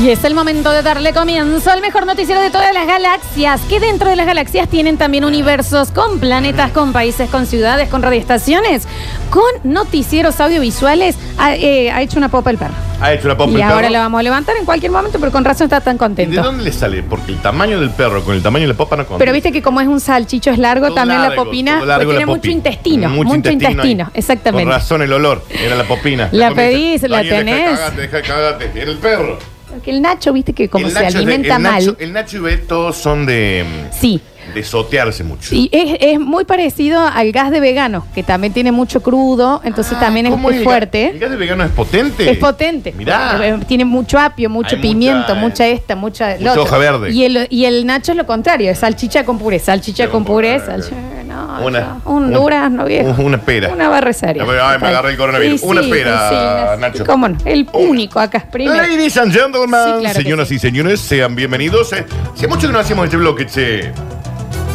Y es el momento de darle comienzo al mejor noticiero de todas las galaxias, que dentro de las galaxias tienen también universos con planetas, con países, con ciudades, con radioestaciones, con noticieros audiovisuales. Ha, eh, ha hecho una popa el perro. Ha hecho la pompa y el ahora perro. lo vamos a levantar en cualquier momento, pero con razón está tan ¿Y ¿De contento. dónde le sale? Porque el tamaño del perro con el tamaño de la popa no conviene. Pero viste que como es un salchicho, es largo, Todo también la largo, popina todo largo pues, la tiene mucho popi. intestino. Mucho, intestino, ahí. exactamente. Con razón el olor, era la popina. La comiste. pedís, la Daniel, deja de tenés. cagarte, deja de cagarte. Era el perro. Porque el Nacho, viste que como El se Nacho es de- alimenta el mal. Nacho- el Nacho y Bet todos son de, Sí. de sotearse mucho. Y es, es muy parecido al gas de vegano, que también tiene mucho crudo, entonces Ah, también es, ¿cómo es el ga- El fuerte. gas de vegano es potente. Es potente. Mirá. Eh, Tiene mucho apio, mucho Hay pimiento, mucha, eh, mucha esta, mucha. lo mucha otro. hoja verde. Y el, y el nacho es lo contrario, es salchicha con puré, salchicha con puré, salchicha. No, Una- no, un un- durazno viejo. un- una pera. Una barrezaria. Ay, me agarré el coronavirus. Una pera, Nacho. ¿Cómo no? El Una. único acá es primero. Ladies and gentlemen, Sí, claro que señoras sí. y señores, sean bienvenidos. Eh, Hace mucho que no hacíamos este bloque, che.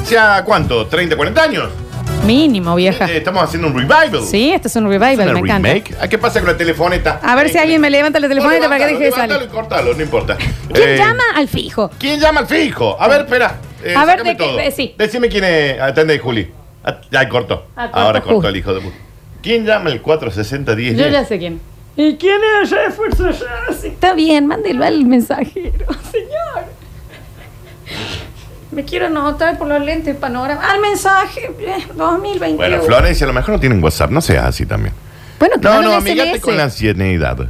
¿Sea cuánto? ¿30, 40 años? Mínimo, vieja. Eh, estamos haciendo un revival. Sí, esto es un revival, ¿Una me encanta. remake? ¿A qué pasa con la telefoneta? A ver si alguien me levanta la telefoneta para que deje de Levantalo salir. y cortalo, no importa. ¿Quién Eh, llama al fijo? ¿Quién llama al fijo? A ver, espera. Eh, A ver, sácame de qué- todo. de- sí. Decime quién es. Atende, Juli. Ah, Ya cortó. Ah, cortó, Ahora cortó justo. el hijo de puta. ¿Quién llama al 460 10? Yo ya sé quién. ¿Y quién es Jefferson Jazz? Está bien, mándelo al mensajero, señor. Me quiero anotar por los lentes panorama. Al mensaje, eh, 2021. Bueno, Florencia, a lo mejor no tienen WhatsApp, no seas así también. Bueno, No, claro, no, el amigate SMS. con la ancianidad.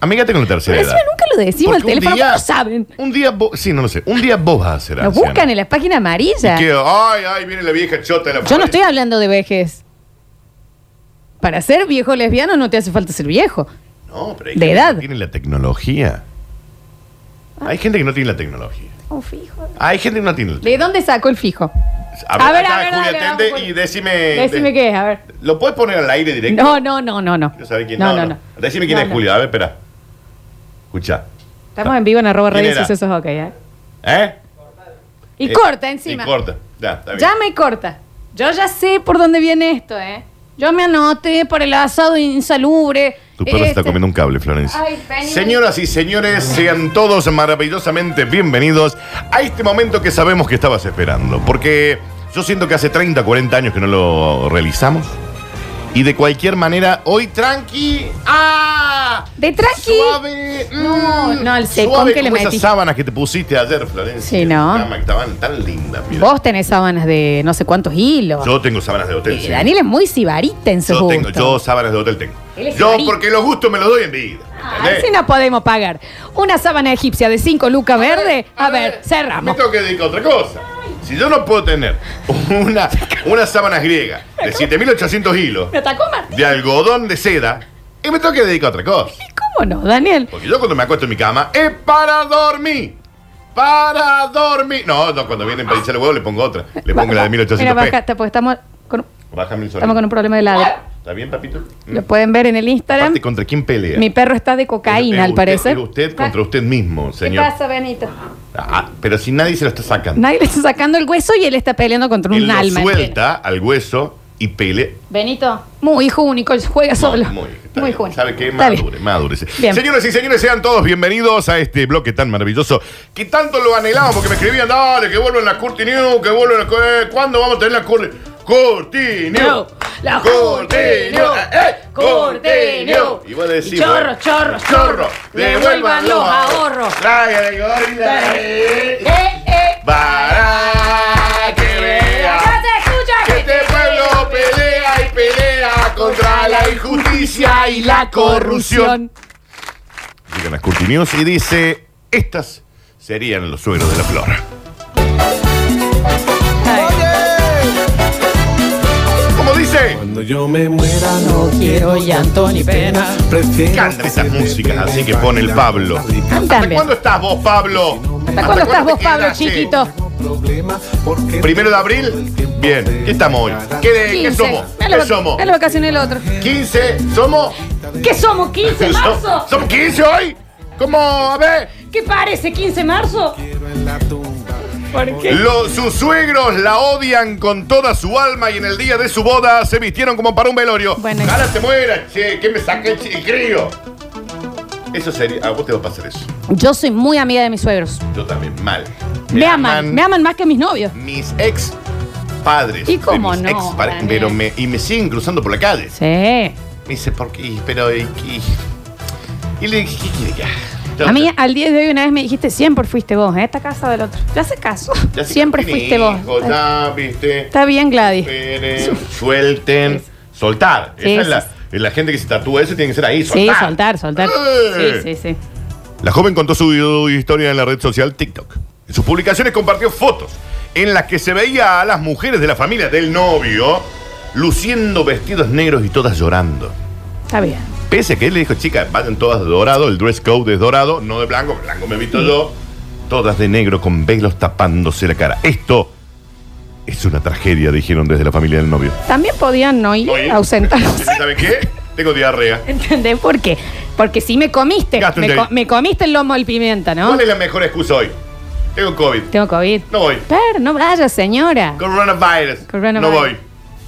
Amigate con la tercera Pero eso edad. nunca lo decimos al Porque un teléfono, día- ¿cómo saben? Un día vos, sí, no lo sé. Un día vos vas a ser Lo anciano. buscan en la página amarilla. Y que, ay, ay, viene la vieja chota de Yo la no Florencia. estoy hablando de vejez. Para ser viejo lesbiano no te hace falta ser viejo. No, pero hay De gente edad. que no tiene la tecnología. Hay gente que no tiene la tecnología. Un fijo. Hay gente que no tiene la tecnología. ¿De dónde sacó el fijo? A A ver, ver, acá, a ver, Julia, dale, atende vamos, y Julia. decime. Decime qué es, a ver. ¿Lo puedes poner al aire directo? No, no, no, no, no. Quiero saber quién no, no, no. Decime quién No, es no. Julio. A ver, espera. Escucha. Estamos en vivo en arroba ¿Quién radio era? sucesos, ok, ¿eh? ¿Eh? Y Eh, corta encima. Y corta. Ya, está bien. Llama y corta. Yo ya sé por dónde viene esto, ¿eh? Yo me anoté por el asado insalubre. Tu perro se está Este- comiendo un cable, Florencia. Ay, vení, Señoras y señores, sean todos maravillosamente bienvenidos a este momento que sabemos que estabas esperando. Porque yo siento que hace 30, 40 años que no lo realizamos. Y de cualquier manera, hoy tranqui. ¡Ah! De tranqui. Suave. No, mm, no, el secón suave que le como esas metí. sábanas que te pusiste ayer, Florencia. Sí, ¿no? Cama, que Estaban tan lindas, mira. Vos tenés sábanas de no sé cuántos hilos. Yo tengo sábanas de hotel. Eh, sí. Daniel es muy sibarita en su Yo tengo, gusto. yo sábanas de hotel tengo. Él es Yo carito. porque los gustos me los doy en vida. Ah, ¿entendés? Así no podemos pagar. Una sábana egipcia de 5 lucas verde. A ver, cerramos. Me tengo que dedicar a otra cosa. Si yo no puedo tener una, una sábana griega de 7800 hilos, ¿Me atacó Martín? de algodón de seda, y me tengo que dedicar a otra cosa. ¿Cómo no, Daniel? Porque yo cuando me acuesto en mi cama es para dormir. Para dormir. No, no, cuando vienen para echarle huevo le pongo otra. Le pongo la de Mira, 1800 baja, pesos. está, porque estamos con, Bájame el sonido. estamos con un problema de ladra. ¿Está bien, papito? Mm. Lo pueden ver en el Instagram. Aparte, ¿contra quién pelea? Mi perro está de Es- cocaína, es al usted- parecer. Ah, es usted contra usted mismo, señor. ¿Qué pasa, Benito? Ah, pero si nadie se lo está sacando. Nadie le está sacando el hueso y él está peleando contra un Él lo alma. entera. suelta al hueso y pelea. Benito, muy hijo único, juega solo. Muy, Muy, muy juvenil. ¿Sabe qué? Está bien. Madure, madurece. Bien. Señoras y señores, sean todos bienvenidos a este bloque tan maravilloso que tanto lo anhelamos, porque me escribían, dale, que vuelvan la Curti News, que vuelvan la... eh, ¿Cuándo vamos a tener la Curti Curti News? No, la Curti News, eh, Curti News. Y vos decís, Y chorro, bueno, chorro, chorro. devuelvan los ahorros. Traigan el gorila, eh, para que vea. Que este pueblo pelea y pelea contra la injusticia y la corrupción. Llegan las Curti News y dice, estas serían los suelos de la flor. Como dice, Cuando yo me muera no quiero llanto ni pena. prefiero cantan esas músicas así que pone el Pablo. Cántame. ¿Hasta cuándo estás vos, Pablo? ¿Hasta cuándo estás te vos, Pablo, quedas, eh? chiquito? Primero de abril, bien. ¿Qué estamos hoy? ¿Qué, de- qué 15. somos? Mira la ¿Qué vac- somos? mira la vacación el otro. 15, somos. ¿Qué somos? ¿15 de marzo? ¿Somos 15 hoy? ¿Cómo? A ver. ¿Qué parece 15 de marzo? ¿Por qué? Los, sus suegros la odian con toda su alma y en el día de su boda se vistieron como para un velorio. Bueno, Ojalá te muera, che, que me saque el chi- el crío. Eso sería. A vos te va a pasar eso. Yo soy muy amiga de mis suegros. Yo también, mal. Me, aman, me aman más que mis novios. Mis ex padres. ¿Y cómo de mis no, ex pare- Daniel? pero me, y me siguen cruzando por la calle. Sí. Me dice, ¿por qué? Y- Pero, y, y, y le dije, ¿qué quiere que haga? Yo- A mí, al día de hoy, una vez me dijiste, siempre fuiste vos, ¿eh? Esta casa del otro. Ya hace caso. ya sé Siempre que fuiste tiene vos. eh. hijos, Ya, viste. Está bien, Gladys. Esperen, suelten, soltar. Sí, Esa es sí, la, sí. es la gente que se tatúa eso tiene que ser ahí, Sí, soltar. soltar, soltar. Eh. Sí, sí, sí. La joven contó su historia en la red social TikTok. En sus publicaciones compartió fotos en las que se veía a las mujeres de la familia del novio luciendo vestidos negros y todas llorando. Está bien. Pese a que él le dijo, chicas, vayan todas de dorado, el dress code es dorado, no de blanco, blanco me he visto yo, todas de negro con velos tapándose la cara. Esto es una tragedia, dijeron desde la familia del novio. También podían no ir, Oye, ausentarse. ¿Saben qué? Tengo diarrea. ¿Entendés por qué? Porque sí me comiste. Gasto un Me, day. co- me comiste el lomo al pimienta, ¿no? ¿Cuál es la mejor excusa hoy? Tengo COVID. Tengo COVID. No voy. Pero no vaya, señora. Coronavirus. No Coronavirus. voy.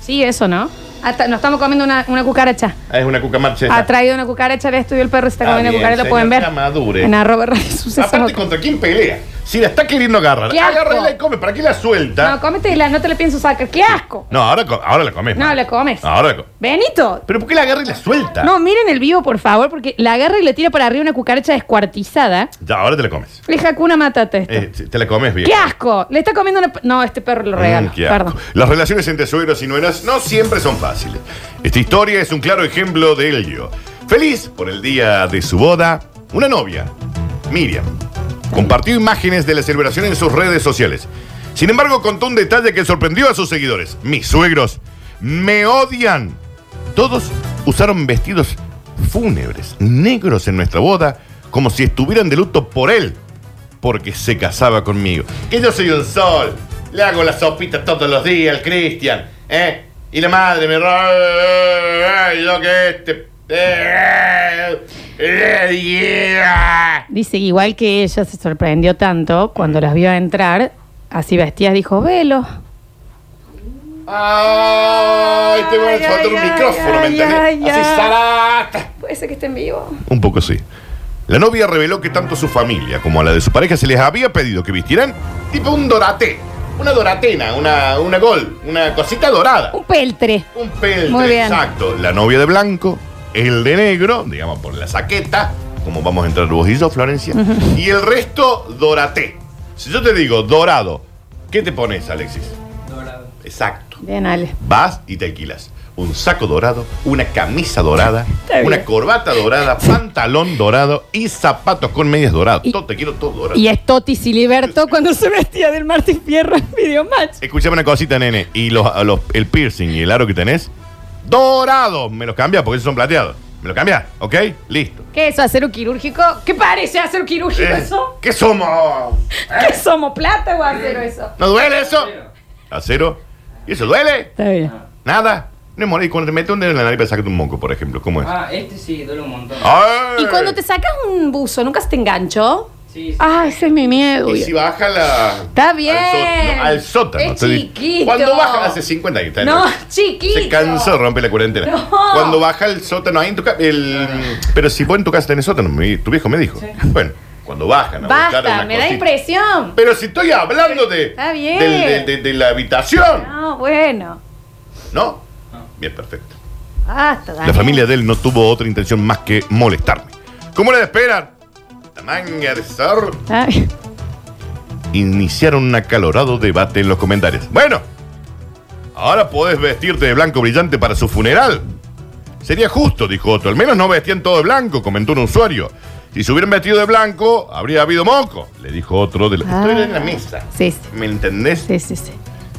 Sí, eso, ¿no? Hasta, nos estamos comiendo una, una cucaracha. Ah, Es una cuca marcheta. Ha traído una cucaracha al estudio el perro se está Está comiendo bien, cucaracha, lo señor, pueden ver. ya madure. En arroba radio sucesos. Aparte, ¿contra quién pelea? Si la está queriendo agarrar, Qué asco. agárrala y come. ¿Para qué la No, suelta? cómetela, no te la pienso sacar. ¡Qué asco! No, ahora, co- ahora la comes. No, la comes. Ahora la comes. Benito. ¿Pero por qué la agarra y la suelta? No, miren el vivo, por favor, porque la agarra y le tira para arriba una cucaracha descuartizada. Ya, ahora te la comes. Le jacuna, mátate esto. Eh, te la comes bien. ¡Qué asco! Le está comiendo una... No, este perro lo regalo. Mm, qué asco. Perdón. Las relaciones entre suegros y nueras no siempre son fáciles. Esta historia es un claro ejemplo de ello. Feliz por el día de su boda, una novia, Miriam, compartió imágenes de la celebración en sus redes sociales. Sin embargo, contó un detalle que sorprendió a sus seguidores. Mis suegros me odian. Todos usaron vestidos fúnebres, negros en nuestra boda, como si estuvieran de luto por él porque se casaba conmigo. Que yo soy un sol. Le hago la sopita todos los días al Cristian. ¿eh? Y la madre me roba. Y yo que este. eh, eh, yeah. Dice, igual que ella se sorprendió tanto cuando las vio entrar, así vestidas, dijo, velo. Ay, te voy a Ay, soltar un ay, micrófono, ¿me ay, ay, entendés? Así ay. zarata. Puede ser que esté en vivo. Un poco sí. La novia reveló que tanto su familia como a la de su pareja se les había pedido que vistieran tipo un dorate. Una doratena, una, una gol, una cosita dorada. Un peltre. Un peltre, Muy bien. exacto. La novia de blanco, el de negro, digamos por la saqueta, como vamos a entrar vos y yo, Florencia, y el resto dorate. Si yo te digo dorado, ¿qué te pones, Alexis? Dorado. Exacto. Bien, Ale. Vas y te alquilas. Un saco dorado, una camisa dorada, Está bien. una corbata dorada, pantalón dorado y zapatos con medias doradas. Y- Todo, te quiero todo dorado. Y es Toti Siliberto cuando se vestía del Martín Fierro en Videomatch. Escuchame una cosita, nene. Y los, a los- el piercing y el aro que tenés, dorado. Me los cambias porque esos son plateados. ¿Me los cambias? ¿Ok? Listo. ¿Qué es eso, acero quirúrgico? ¿Qué parece acero quirúrgico Eh, eso? ¿Qué somos? ¿Qué somos, plata o acero eso? ¿No duele eso? Acero. ¿Y eso duele? Está bien. Nada. No morí. Cuando te metes un dedo en la nariz para sacarte un moco, por ejemplo. ¿Cómo es? Ah, este sí, duele un montón. ¡Ay! ¿Y cuando te sacas un buzo, nunca se te enganchó? Sí, sí. Ah, ese es mi miedo. Y si baja la. Está bien. Al, sótano- al sótano. Es te digo. chiquito. Cuando baja hace 50 años. está en No, la- chiquito. Se cansa, rompe la cuarentena. No. Cuando baja el sótano, ahí en tu casa. Pero si vos en tu casa tenés sótano, mi- tu viejo me dijo. Bueno, cuando bajan a buscar Basta, una me da cosita. impresión. Pero si estoy hablando de, Está bien. del- de, de- de la habitación, No, bueno. ¿no? Ah. Bien, perfecto. Basta, La Daniel. familia de él no tuvo otra intención más que molestarme. ¿Cómo le esperan? La manga de zorro. Está bien. iniciaron un acalorado debate en los comentarios. Bueno, ahora podés vestirte de blanco brillante para su funeral. Sería justo, dijo otro. Al menos no vestían todo de blanco, comentó un usuario. Si se hubieran vestido de blanco, habría habido moco, le dijo otro. De la... Ah. Estoy en la mesa. Sí, sí. ¿Me entendés? Sí, sí, sí.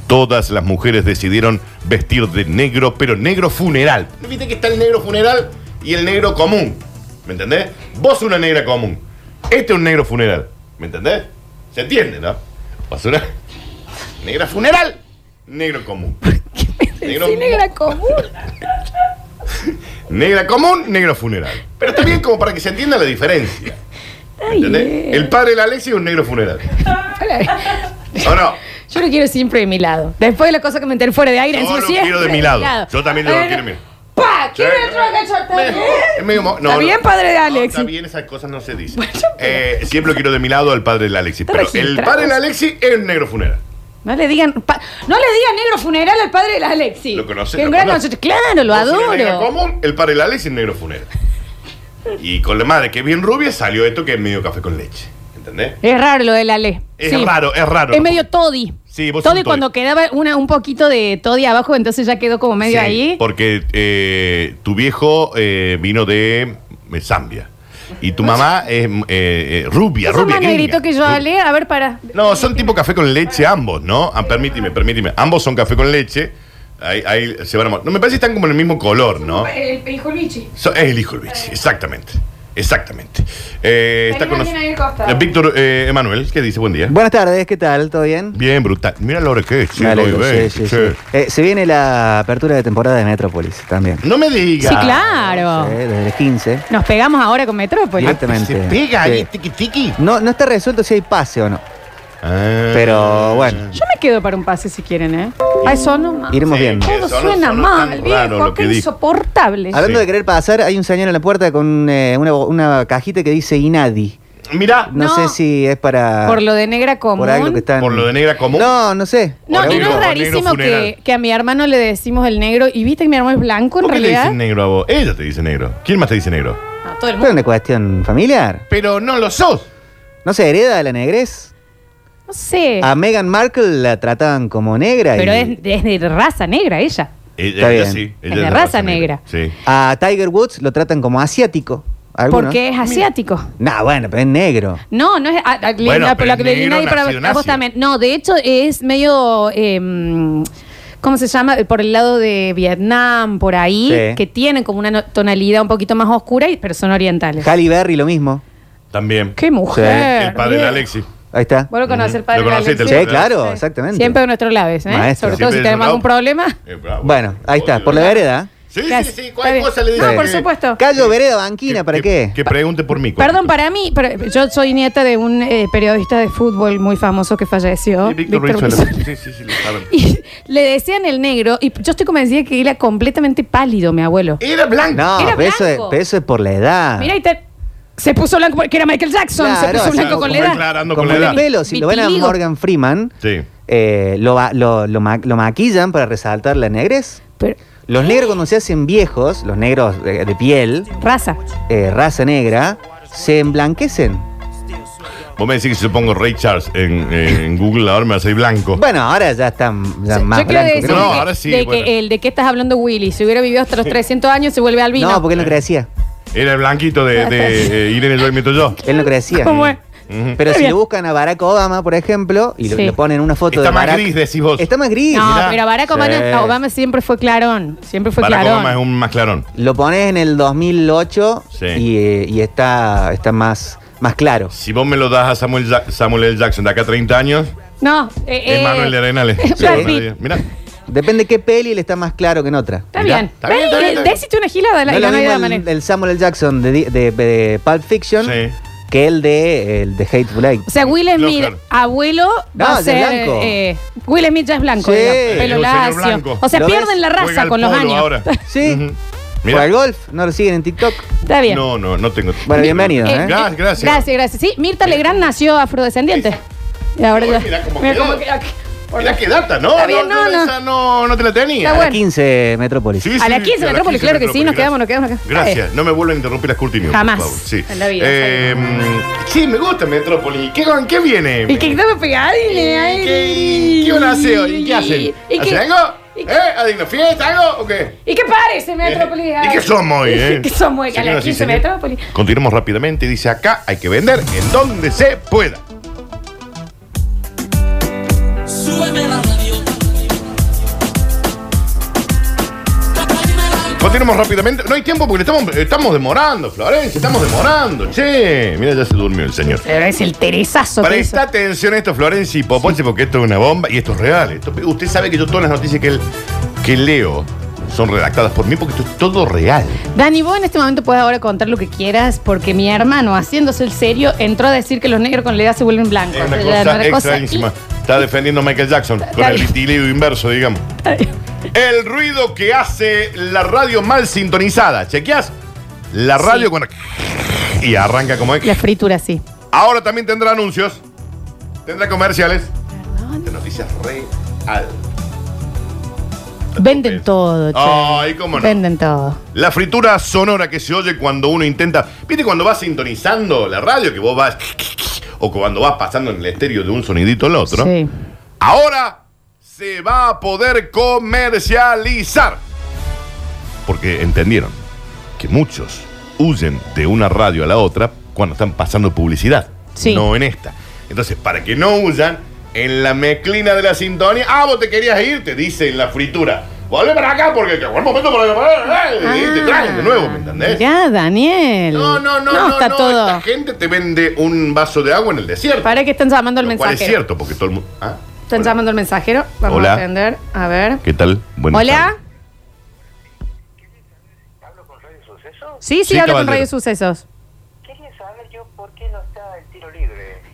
Todas las mujeres decidieron vestir de negro, pero negro funeral. ¿No viste que está el negro funeral y el negro común? ¿Me entendés? Vos una negra común. Este es un negro funeral. ¿Me entendés? ¿Se entiende, no? Basura. Negra funeral. Negro común. Negro- Sí, negra común. Negra común, negro funeral. Pero está bien como para que se entienda la diferencia. Ay, ¿Entendés? eh. El padre de la Alexia es un negro funeral. ¿O no? Yo lo quiero siempre de mi lado. Después de la cosa que me enteré fuera de aire, Yo encima lo siempre quiero de mi lado. Yo también lo A ver, quiero de mi- ¡Pa! ¿Quién Sí. entró acá, Chota? Me- es medio mo- no, Está bien, no. padre de No, Alexis. Está bien, esas cosas no se dicen. Eh, siempre lo quiero de mi lado al padre de la Alexis. Te Pero el registramos. padre de la Alexis es un negro funeral. No le digan, pa- no le digan negro funeral al padre de la Alexi. Lo conoce, Que lo un gran conoce. concepto. Claro, lo Vos sos una negra adoro. común, el padre de la Alexis es negro funeral. Y con la madre que es bien rubia salió esto que es medio café con leche. ¿Entendés? Es raro lo de la Le. Es raro, es raro. Es medio toddy. Sí, vos sos toddy un toddy. cuando quedaba una, un poquito de toddy abajo, entonces ya quedó como medio Sí, ahí. Porque eh, tu viejo eh, vino de eh, Zambia. Y tu mamá es eh, eh, rubia, Es rubia. más gringa. negrito que yo, Rubia. Ale. A ver, para. No, son tipo café con leche ambos, ¿no? Ah, permíteme, permíteme. Ambos son café con leche. Ahí, ahí se van a... mo- No, me parece que están como en el mismo color, ¿no? El hijo Lichi. So- es el hijo del bichi, exactamente. Exactamente. Eh, está con Tenemos alguien ahí al nosotros. costado. Eh, Víctor eh, Emanuel, ¿qué dice? Buen día. Buenas tardes, ¿qué tal? ¿Todo bien? Bien, brutal. Mira la hora que es. Me siete y alegro, veinte, sí, sí, che. sí. Eh, se viene la apertura de temporada de Metrópolis también. No me digas. Sí, claro. Sí, desde el 15. Nos pegamos ahora con Metrópolis. Directo. Se exactamente. pega Sí. ahí, tiqui tiqui. No, no está resuelto si hay pase o no, Ah. pero bueno, Yo me quedo para un pase si quieren, ¿eh? Ay, eso no más. iremos Sí. viendo. Todo Sonó- suena sonó tan mal, raro viejo. lo que Qué dijo. insoportable. ver. Hablando Sí. de querer pasar, hay un señor en la puerta con eh, una, una cajita que dice Inadi. Mira, No, No. sé si es para... Por lo de negra común. por algo que están... por lo de negra común. No, no sé. No, Por y no algo- es negro, negro rarísimo funeral. que, que a mi hermano le decimos el negro. Y viste que mi hermano es blanco en ¿Por qué le realidad. dicen negro a vos? Ella te dice negro. ¿Quién más te dice negro? No, todo el ¿Fue mundo. una cuestión familiar? Pero no lo sos. ¿No se hereda la negrez? No sé. A Meghan Markle la trataban como negra. pero es, y es de raza negra ella. Ella, Está ella bien. sí. Ella Es de raza negra. Sí. A Tiger Woods lo tratan como asiático. algunos. Porque es asiático. Nah, bueno, pero es negro. No, no es. ah, a- a- Bueno, la- pero la- el la- negro nadie para- nació en a vos Asia. también. No, de hecho es medio. eh, ¿Cómo se llama? Por el lado de Vietnam, por ahí, Sí. que tienen como una no- tonalidad un poquito más oscura, y, pero son orientales. Halle Berry lo mismo. También. Eh, ¡Qué mujer! El padre de Bien. Alexis. Ahí está. Vos lo conocés, el padre Lo de conocés, Alexis. Sí, el- claro, Sí. exactamente. Siempre a nuestro lado, ¿eh? Maestro. Sobre todo si Siempre tenemos es algún un lado. problema. Eh, bravo. Bueno, ahí está, por la vereda. Sí, sí, Gracias. sí. Está Cualquier bien. cosa le dice. No, Sí. por supuesto. Callo, vereda, banquina, ¿para qué? Que pregunte por mí. Perdón para mí, pero yo soy nieta de un eh, periodista de fútbol muy famoso que falleció. Sí, Víctor Víctor Brizuela. Brizuela. Sí, sí, sí, lo saben. Y le decían el negro, y yo estoy convencida que era completamente pálido, mi abuelo. Era blanco. No, Era pero eso, es, blanco. pero eso es por la Ah. edad. Mira, y te- se puso blanco porque era Michael Jackson, se Claro, puso sí, blanco claro, con la como edad. aclarando Como con la el edad. pelo, si lo ven a Vitiligo. Morgan Freeman, Sí. eh, lo, va- lo- lo ma- lo maquillan para resaltar la negrez. Pero, Los negros cuando se hacen viejos, los negros de, de piel, raza. eh, raza negra, se emblanquecen. Vos me decís que si yo pongo Ray Charles en, en Google ahora me va a salir blanco. Bueno, ahora ya están ya O sea, más yo quiero blancos decir que no. nunca. que- ahora sí, de bueno. que el de qué estás hablando Willy, si hubiera vivido hasta los 300 años se vuelve albino. No, porque él no crecía. Era el blanquito de, de eh, Irene Joy Mito yo. Él no crecía. ¿Cómo es? Pero si Bien. le buscan a Barack Obama, por ejemplo, y lo- Sí. le ponen una foto Está de más Barack. gris, decís vos. Está más gris. No, Mirá. pero Barack Obama, Sí. Obama siempre fue clarón. Siempre fue Barack clarón. Obama es un más clarón. Lo pones en el 2008 Sí. y, eh, y está, está más, más claro. Si vos me lo das a Samuel, Ja- Samuel L. Jackson de acá a 30 años, No, eh, es eh, Manuel de Arenales. Brad Sí, Manuel Pitt. de- Mirá. Depende qué peli le está más claro que en otra. Está Mirá, bien. está bien, está bien, está bien. Deciste una gilada No la, es la lo no hay mismo de el, manera. el Samuel L. Jackson de, di- de- de Pulp Fiction Sí. que el de, el de Hateful Eight. O sea, Will Smith, Locker. abuelo, No, va ya a es ser. blanco. eh, Will Smith ya es blanco, Sí. digamos, pelo Sí, un señor lacio. blanco. O sea, ¿Lo pierden ves? la Juega raza al con los polo años. ahora. Sí. Ujú. Juega Mirá. al golf, no lo siguen en TikTok. Está bien. Eh, No, no, no tengo. Bueno, bienvenido, ¿eh? Gracias, gracias. Gracias, gracias. Sí, Mirta Legrand nació afrodescendiente. Y ahora Uy, ya. mirá cómo Mirá quedó. cómo quedó. Mirá qué data, ¿no? Está bien, no, no, no. Esa no, no te la tenía. ¿eh? Está A bueno. 15 Metrópolis. Sí, A sí, las 15 a las Metrópolis, 15 claro que sí, nos Metrópolis, quedamos, nos gracias. quedamos acá. Gracias, no me vuelvan a interrumpir las cortinas. Jamás. Por favor. Sí. En la vida, Eh, sí, me gusta Metrópolis. ¿Qué, con qué viene? Y que estaba pegadine ahí. ¿Qué, ¿Qué van a hacer hoy? ¿Qué hacen? ¿Y ¿Hacen qué, algo? y ¿Eh? qué- ¿Hacen una fiesta? ¿Algo? ¿O qué? ¿Y qué parece Metrópolis? Eh, ¿Y qué somos hoy, eh? ¿Qué somos hoy? A las Señoras y 15 señores, Metrópolis. Continuamos rápidamente. Dice acá hay que vender en donde se pueda. Súbeme la radio. Apágueme la radio. tenemos rápidamente. No hay tiempo porque estamos, estamos demorando, Florencia. Estamos demorando. Che, mira, ya se durmió el señor. Pero es el teresazo que hizo. Presta atención a esto, Florencia y Popoche, porque esto es una bomba y esto es real. Esto- usted sabe que yo todas las noticias que, el- que leo son redactadas por mí porque esto es todo real. Dani, vos en este momento puedes ahora contar lo que quieras, porque mi hermano, haciéndose el serio, entró a decir que los negros con la edad se vuelven blancos. Es una O sea, cosa era extrañísima. Está defendiendo a Michael Jackson con el bien. vitiligo inverso, digamos. El ruido que hace la radio mal sintonizada. ¿Chequeás? La radio con... Y arranca como... Y La fritura, sí. Ahora también tendrá anuncios. Tendrá comerciales. De noticias real. Venden todo, che. pues. Ay, Ah, cómo no. Venden todo. La fritura sonora que se oye cuando uno intenta. ¿Viste cuando vas sintonizando la radio? Que vos vas. O cuando vas pasando en el estéreo de un sonidito al otro. Sí. Ahora se va a poder comercializar. Porque entendieron que muchos huyen de una radio a la otra cuando están pasando publicidad. Sí. No en esta. Entonces, para que no huyan, en la mezclina de la sintonía, ah, vos te querías ir, te dice en la fritura. Volve para acá porque que buen momento para eh, y te traen de nuevo, ¿me entendés? Ah, Mirá, Daniel. No, no, no, no, está no, todo. Esta gente te vende un vaso de agua en el desierto. Para que están llamando al Lo cual es mensajero. cierto, porque todo el mundo. ah, Están hola. llamando al mensajero. Vamos Hola. a atender. A ver. ¿Qué tal? Buenas Hola. tardes. ¿Hablo con Radio Suceso? Sí, sí, Sí, hablo con caballero. Radio Sucesos. Quería saber yo por qué no está el tiro libre.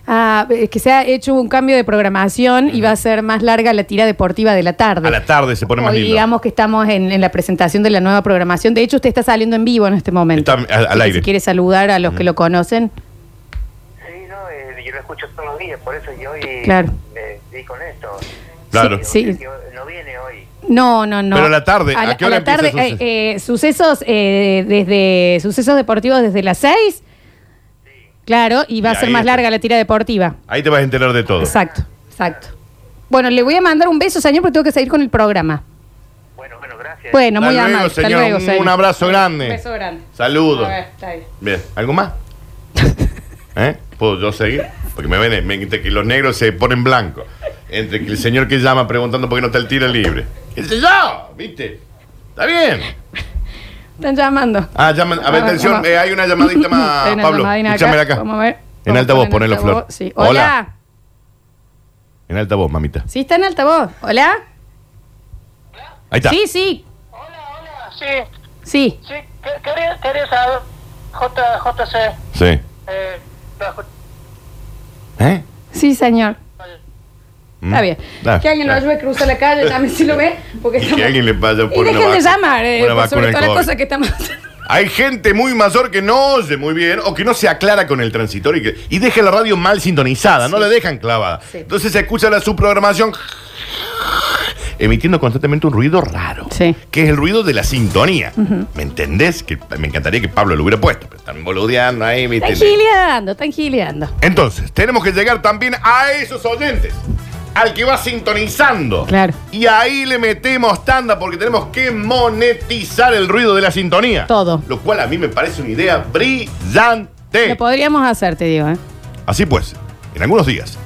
Ah, eh, que se ha hecho un cambio de programación y va a ser más larga la tira deportiva de la tarde. A la tarde se pone más Hoy lindo. digamos que estamos en, en la presentación de la nueva programación. De hecho, usted está saliendo en vivo en este momento. Está al- al Así que aire. Si quiere saludar a los que lo conocen. Sí, no, eh, yo lo escucho todos los días, por eso yo hoy Claro. me di con esto. Claro. Digo, Sí. que no viene hoy. No, no, no. Pero a la tarde, ¿a qué hora la tarde, empieza eh, eh, sucesos eh, desde sucesos deportivos desde las 6. Claro, y va Y a ser ahí más está. larga la tira deportiva. Ahí te vas a enterar de todo. Exacto, exacto. Bueno, le voy a mandar un beso, señor, porque tengo que seguir con el programa. Bueno, bueno, gracias. Bueno, Hasta muy luego, amable. Hasta señor. luego, Un- un abrazo grande. Un beso grande. Saludos. A ver, está bien. Bien, ¿algo más? ¿Eh? ¿Puedo yo seguir? Porque me ven, me- entre que los negros se ponen blancos. Entre que el señor que llama preguntando por qué no está el tiro libre. ¿Qué sé yo? ¿Viste? Está bien. Están llamando. Ah, llaman. A ver, atención, vamos. eh, hay una llamadita más, Hay una Pablo. llamadina acá. Escúchame acá. Vamos a ver. En Vamos alta a voz, poner ponelo, altavoz. Flor. Sí. Hola. Hola. En alta voz, mamita. Sí, está en altavoz. Hola. Ahí está. Sí, sí. Hola, hola, Ah, sí, Sí. sí, quería, saber, JJC, Sí. eh, ¿Eh? Sí, señor. Mm. Está bien. Da, que alguien da. lo ayude a cruzar la calle, también si lo ve. Porque Y que estamos... alguien le vaya por Y una dejen de vacuna- llamar, eh, una por vacuna sobre todas del las COVID. cosas que estamos Hay gente muy mayor que no oye muy bien o que no se aclara con el transitorio y, que, y deja la radio mal sintonizada, no la dejan clavada. Sí. Entonces se escucha la subprogramación emitiendo constantemente un ruido raro, Sí. que es el ruido de la sintonía. ¿Me entendés? Que me encantaría que Pablo lo hubiera puesto, pero están boludeando ahí, ¿viste? Están gileando, están gileando. Entonces, tenemos que llegar también a esos oyentes. Al que va sintonizando. Claro. Y ahí le metemos tanda porque tenemos que monetizar el ruido de la sintonía. Todo. Lo cual a mí me parece una idea brillante. Lo podríamos hacer, te digo, ¿eh? Así pues, en algunos días,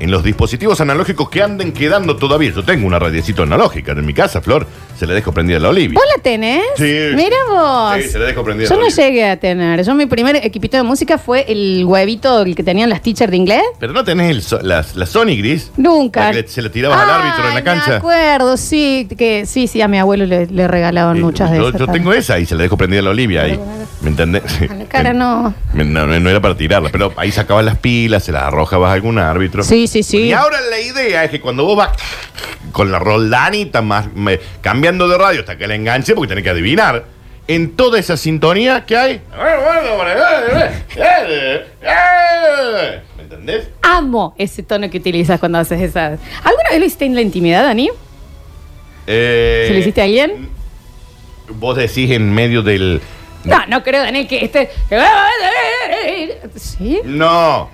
en los dispositivos analógicos que anden quedando todavía, yo tengo una radiecito analógica en mi casa, Flor, se la dejo prendida a la Olivia. ¿Vos la tenés? Sí. Mira vos. Sí, se la dejo prendida. Yo la no Olivia. llegué a tener. Yo mi primer equipito de música fue el huevito el que tenían las teachers de inglés. Pero no tenés el so- la, la Sony Gris. Nunca. La que le- se la tirabas Ah, al árbitro en la Ay, Me cancha. acuerdo, sí, que sí, sí, a mi abuelo le, le regalaban Eh, muchas de yo, esas. yo tengo este. esa y se la dejo prendida a la Olivia ahí. ¿Me entendés? A la cara no. Me- No, no- no era para tirarla, pero ahí sacabas las pilas, se las arrojabas a algún árbitro. Sí, sí, sí. Y ahora la idea es que cuando vos vas con la roldanita más me- cambiando de radio hasta que la enganche, porque tenés que adivinar. En toda esa sintonía que hay. ¿Me entendés? Amo ese tono que utilizas cuando haces esas. ¿Alguna vez lo hiciste en la intimidad, Dani? Eh, ¿Se lo hiciste a alguien? Vos decís en medio del. No, no creo, Dani, que este. Sí, No,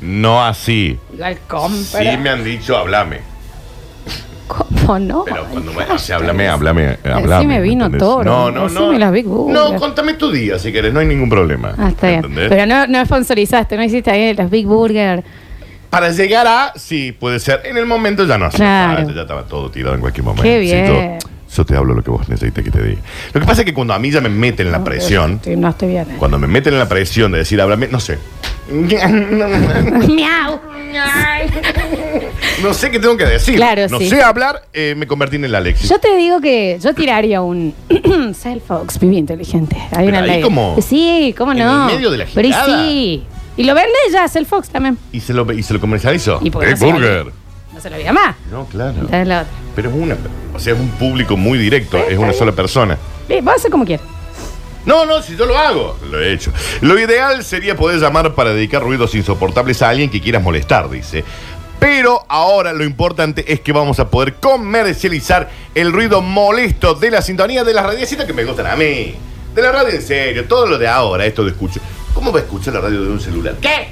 no así. al compra. Sí me han dicho, háblame. ¿Cómo no? Pero cuando me dice, háblame, háblame, háblame. me vino ¿entendés? toro, No, no, decime no. las Big Burger. No, contame tu día si querés, no hay ningún problema. Ah, está bien. ¿entendés? Pero no, no sponsorizaste, no hiciste ahí las Big Burger. Para llegar a, sí, puede ser. En el momento ya no hace Claro. falta, ya estaba todo tirado en cualquier momento. Qué bien. Sí, yo- Yo te hablo lo que vos necesitas que te diga. Lo que pasa es que cuando a mí ya me meten en la presión, Sí, no estoy bien. cuando me meten en la presión de decir, háblame, no sé. Miau. No sé qué tengo que decir. Claro, no sí. sé hablar, eh, me convertí en el Alexis. Yo te digo que yo tiraría un self-fox, viví inteligente. Ahí Pero en el ahí aire. como- Sí, cómo en no. el medio de la Pero y girada. sí. Y lo vende ya, self-fox también. ¿Y se lo, y se lo comercializó? Y porque Big no se Burger. No se lo veía más. No, claro. Esta es la otra. Pero es una. O sea, es un público muy directo, es una sola persona. Eh, Vos haces como quieras. No, no, si yo lo hago, lo he hecho. Lo ideal sería poder llamar para dedicar ruidos insoportables a alguien que quieras molestar, dice. Pero ahora lo importante es que vamos a poder comercializar el ruido molesto de la sintonía de las radiecitas que me gustan a mí. De la radio en serio, todo lo de ahora, esto de escucho. ¿Cómo va a escuchar la radio de un celular? ¿Qué?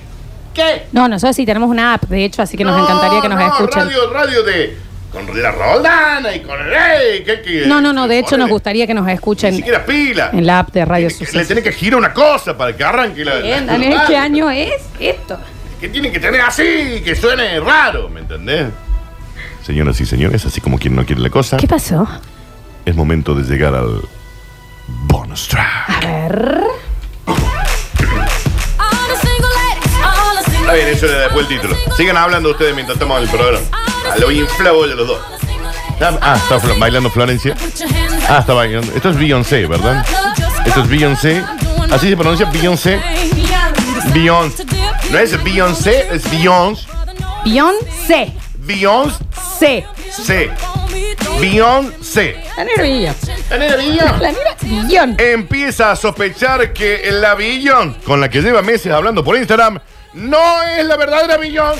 ¿Qué? No, nosotros sí tenemos una app, de hecho, así que nos No, encantaría que nos no, escuchen. Radio, radio de. Con la Roldana y con el. ey, ¿qué- qué- No, no, no, de hecho nos ponele? gustaría que nos Ni escuchen siquiera pila. en la app de Radio Tiene que- Le Suceso. tiene que girar una cosa para que arranque la. Bien, la- Daniel, la- ¿qué año es esto? Que tiene que tener así, que suene raro, ¿me entendés? Señoras y señores, así como quien no quiere la cosa, ¿Qué pasó? es momento de llegar al bonus track. A ver. Está bien, eso le da después el título. Sigan hablando ustedes mientras estamos en el programa. A lo inflabo de los dos. Ah, ah, está flo- bailando Florencia. Ah, está bailando. Esto es Beyoncé, ¿verdad? Esto es Beyoncé. Así se pronuncia Beyoncé. Beyoncé. No es Beyoncé, es Beyoncé. Pion C. Beyoncé. C. Beyoncé. Daniel Villón. ¿Tenés Beyoncé? La mira, Villón. empieza a sospechar que la Billón, con la que lleva meses hablando por Instagram, no es la verdadera Billón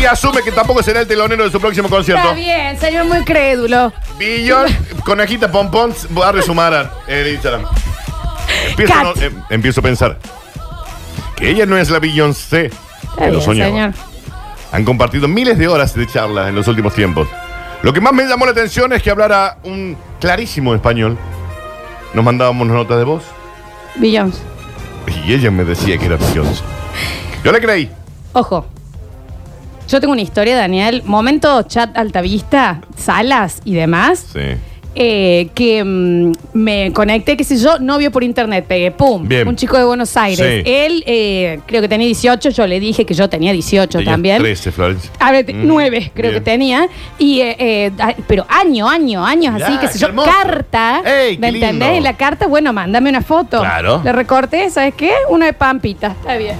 y asume que tampoco será el telonero de su próximo Está concierto. bien, señor muy crédulo. Billón, conejita pompón, va a resumar en Instagram. Empiezo, Cat. no, eh, empiezo a pensar que ella no es la Billón C. Está Que lo bien, soñaba. señor. Han compartido miles de horas de charlas en los últimos tiempos. Lo que más me llamó la atención es que hablara un clarísimo español. Nos mandábamos notas de voz. Villón. Y ella me decía que era Beyoncé. Yo le creí. Ojo. Yo tengo una historia, Daniel. Momento chat altavista, salas y demás. Sí. eh, que mm, me conecté, qué sé yo, novio por internet, pegué, pum, Bien. un chico de Buenos Aires. Sí. Él eh, creo que tenía 18, yo le dije que yo tenía 18 también. 13, Florencia. A ver, te- Mm, nueve creo bien. que tenía. Y, eh, eh, a- pero año, año, años, así, Mirá, que sé qué yo, hermoso. carta. Ey, qué ¿Me lindo. entendés? Y la carta, bueno, mándame una foto. Claro. Le recorté, ¿sabes qué? Una de Pampita. Está bien.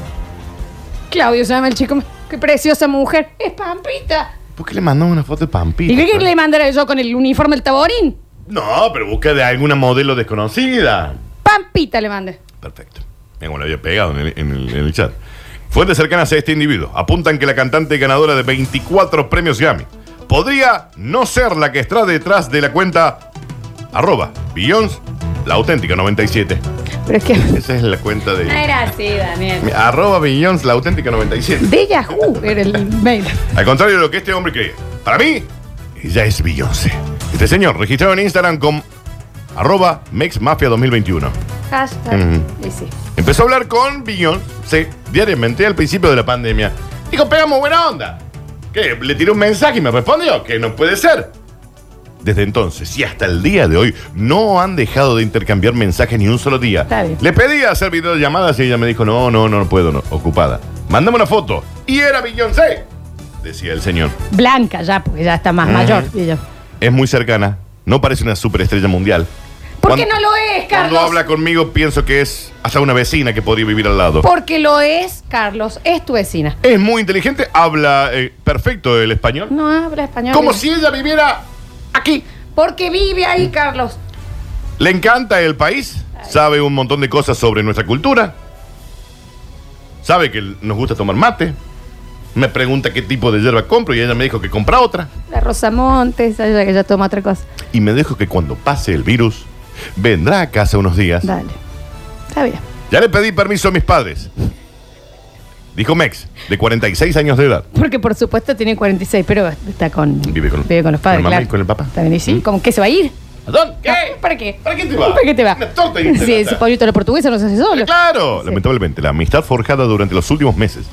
Claudio se llama el chico. Qué preciosa mujer. Es Pampita. ¿Por qué le mandó una foto de Pampita? ¿Y qué que Florencia? le mandara yo con el uniforme del taborín? No, pero busca de alguna modelo desconocida. Pampita le mandé. Perfecto. Mira cómo lo había pegado en el, en el- en el chat. Fuentes cercanas a este individuo apuntan que la cantante ganadora de 24 premios Grammy podría no ser la que está detrás de la cuenta arroba Beyoncé, la auténtica 97. Pero es que. No Esa es la cuenta de... era así, Daniel. Arroba Beyoncé, la auténtica 97. De Yahoo era el mail. Al contrario de lo que este hombre cree. Para mí, ella es Beyoncé. Este señor, registrado en Instagram con arroba MexMafia2021. Hashtag. Mm. Y sí. Empezó a hablar con Beyoncé diariamente al principio de la pandemia. Dijo, pegamos buena onda. ¿Qué? Le tiré un mensaje y me respondió que no puede ser. Desde entonces y hasta el día de hoy no han dejado de intercambiar mensajes ni un solo día. Está bien. Le pedí hacer videollamadas y ella me dijo, no, no, no, no puedo, no, ocupada. Mándame una foto. Y era Beyoncé, decía el señor. Blanca ya, porque ya está Mm. más mayor. Y yo. Es muy cercana. No parece una superestrella mundial. ¿Por qué Cuando- no lo es, Cuando Carlos? habla conmigo pienso que es hasta una vecina que podría vivir al lado. Porque lo es, Carlos. Es tu vecina. Es muy inteligente, habla eh, perfecto el español. No habla español. Como bien. si ella viviera aquí. Mm. Porque vive ahí, Carlos. Le encanta el país, sabe un montón de cosas sobre nuestra cultura. Sabe que nos gusta tomar mate. Me pregunta qué tipo de hierba compro y ella me dijo que compra otra. La Rosa Montes, ella que ya toma otra cosa. Y me dijo que cuando pase el virus, vendrá a casa unos días. Dale. Está bien. Ya le pedí permiso a mis padres. Dijo Mex, de 46 años de edad. Porque por supuesto tiene 46, pero está con. Vive con- los padres. con la mamá claro. y con el papá. Está bien, ¿y sí? Mm. ¿Cómo que se va a ir? ¿A dónde? ¿Qué? No, ¿Para qué? ¿Para qué te va? ¿Para qué te va? Una torta y una sí, pelota. ese pollito de la portuguesa no se hace solo. Eh, Claro, Sí. lamentablemente, la amistad forjada durante los últimos meses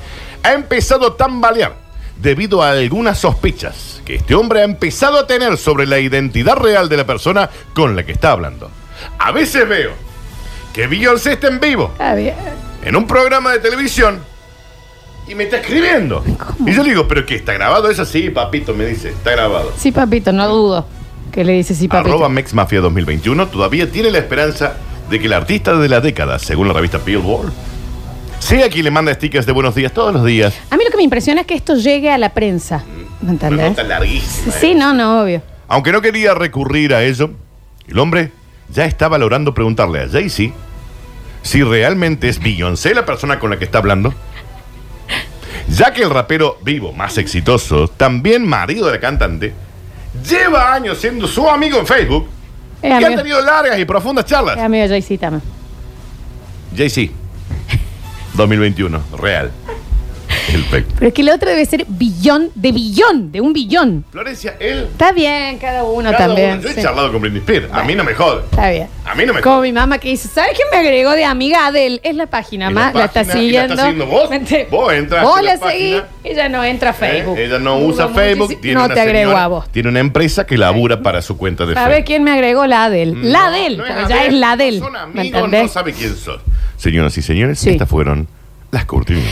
ha empezado a tambalear debido a algunas sospechas que este hombre ha empezado a tener sobre la identidad real de la persona con la que está hablando. A veces veo que Beyoncé está en vivo Está bien. en un programa de televisión y me está escribiendo. ¿Cómo? Y yo le digo, ¿pero qué? ¿Está grabado? Es así, papito, me dice, está grabado. Sí, papito, no dudo que le dice sí, papito. Arroba MexMafia 2021 todavía tiene la esperanza de que el artista de la década, según la revista Billboard, sea quien le manda stickers de buenos días todos los días. A mí lo que me impresiona es que esto llegue a la prensa. ¿Me Una entendés? nota larguísima. ¿eh? Sí, no, no, obvio. Aunque no quería recurrir a ello, el hombre ya está valorando preguntarle a Jay-Z si realmente es Beyoncé la persona con la que está hablando. Ya que el rapero vivo más exitoso, también marido de la cantante, lleva años siendo su amigo en Facebook Es y han Eh, amigo, Eh, tenido largas y profundas charlas. es amigo de Jay-Z también. Jay-Z, 2021, real. El pe- Pero es que el otro debe ser billón, de billón, de un billón. Florencia, él. Está bien, cada uno cada también. uno- yo he sí. charlado con Britney Spears. A mí no me jode. Está bien. A mí no me Como mi mamá que dice, ¿sabes quién me agregó de amiga Adel? Es la página, Es la más la, está página, y la siguiendo. está siguiendo vos. ¿Me entiendes? Vos entras a Vos la la seguís, página. ella no entra a Facebook. Eh, Ella no Dudo usa muchísimo- Facebook. Tiene no una te agrego señora- a vos. Tiene una empresa que labura para su cuenta de ¿Sabes Facebook. quién me agregó? La Adel. No, la Adel, no porque Adel, ya es la Adel. Son ¿Me amigos, no entendés? sabe quién son. Señoras y señores, Sí. estas fueron las cortinas.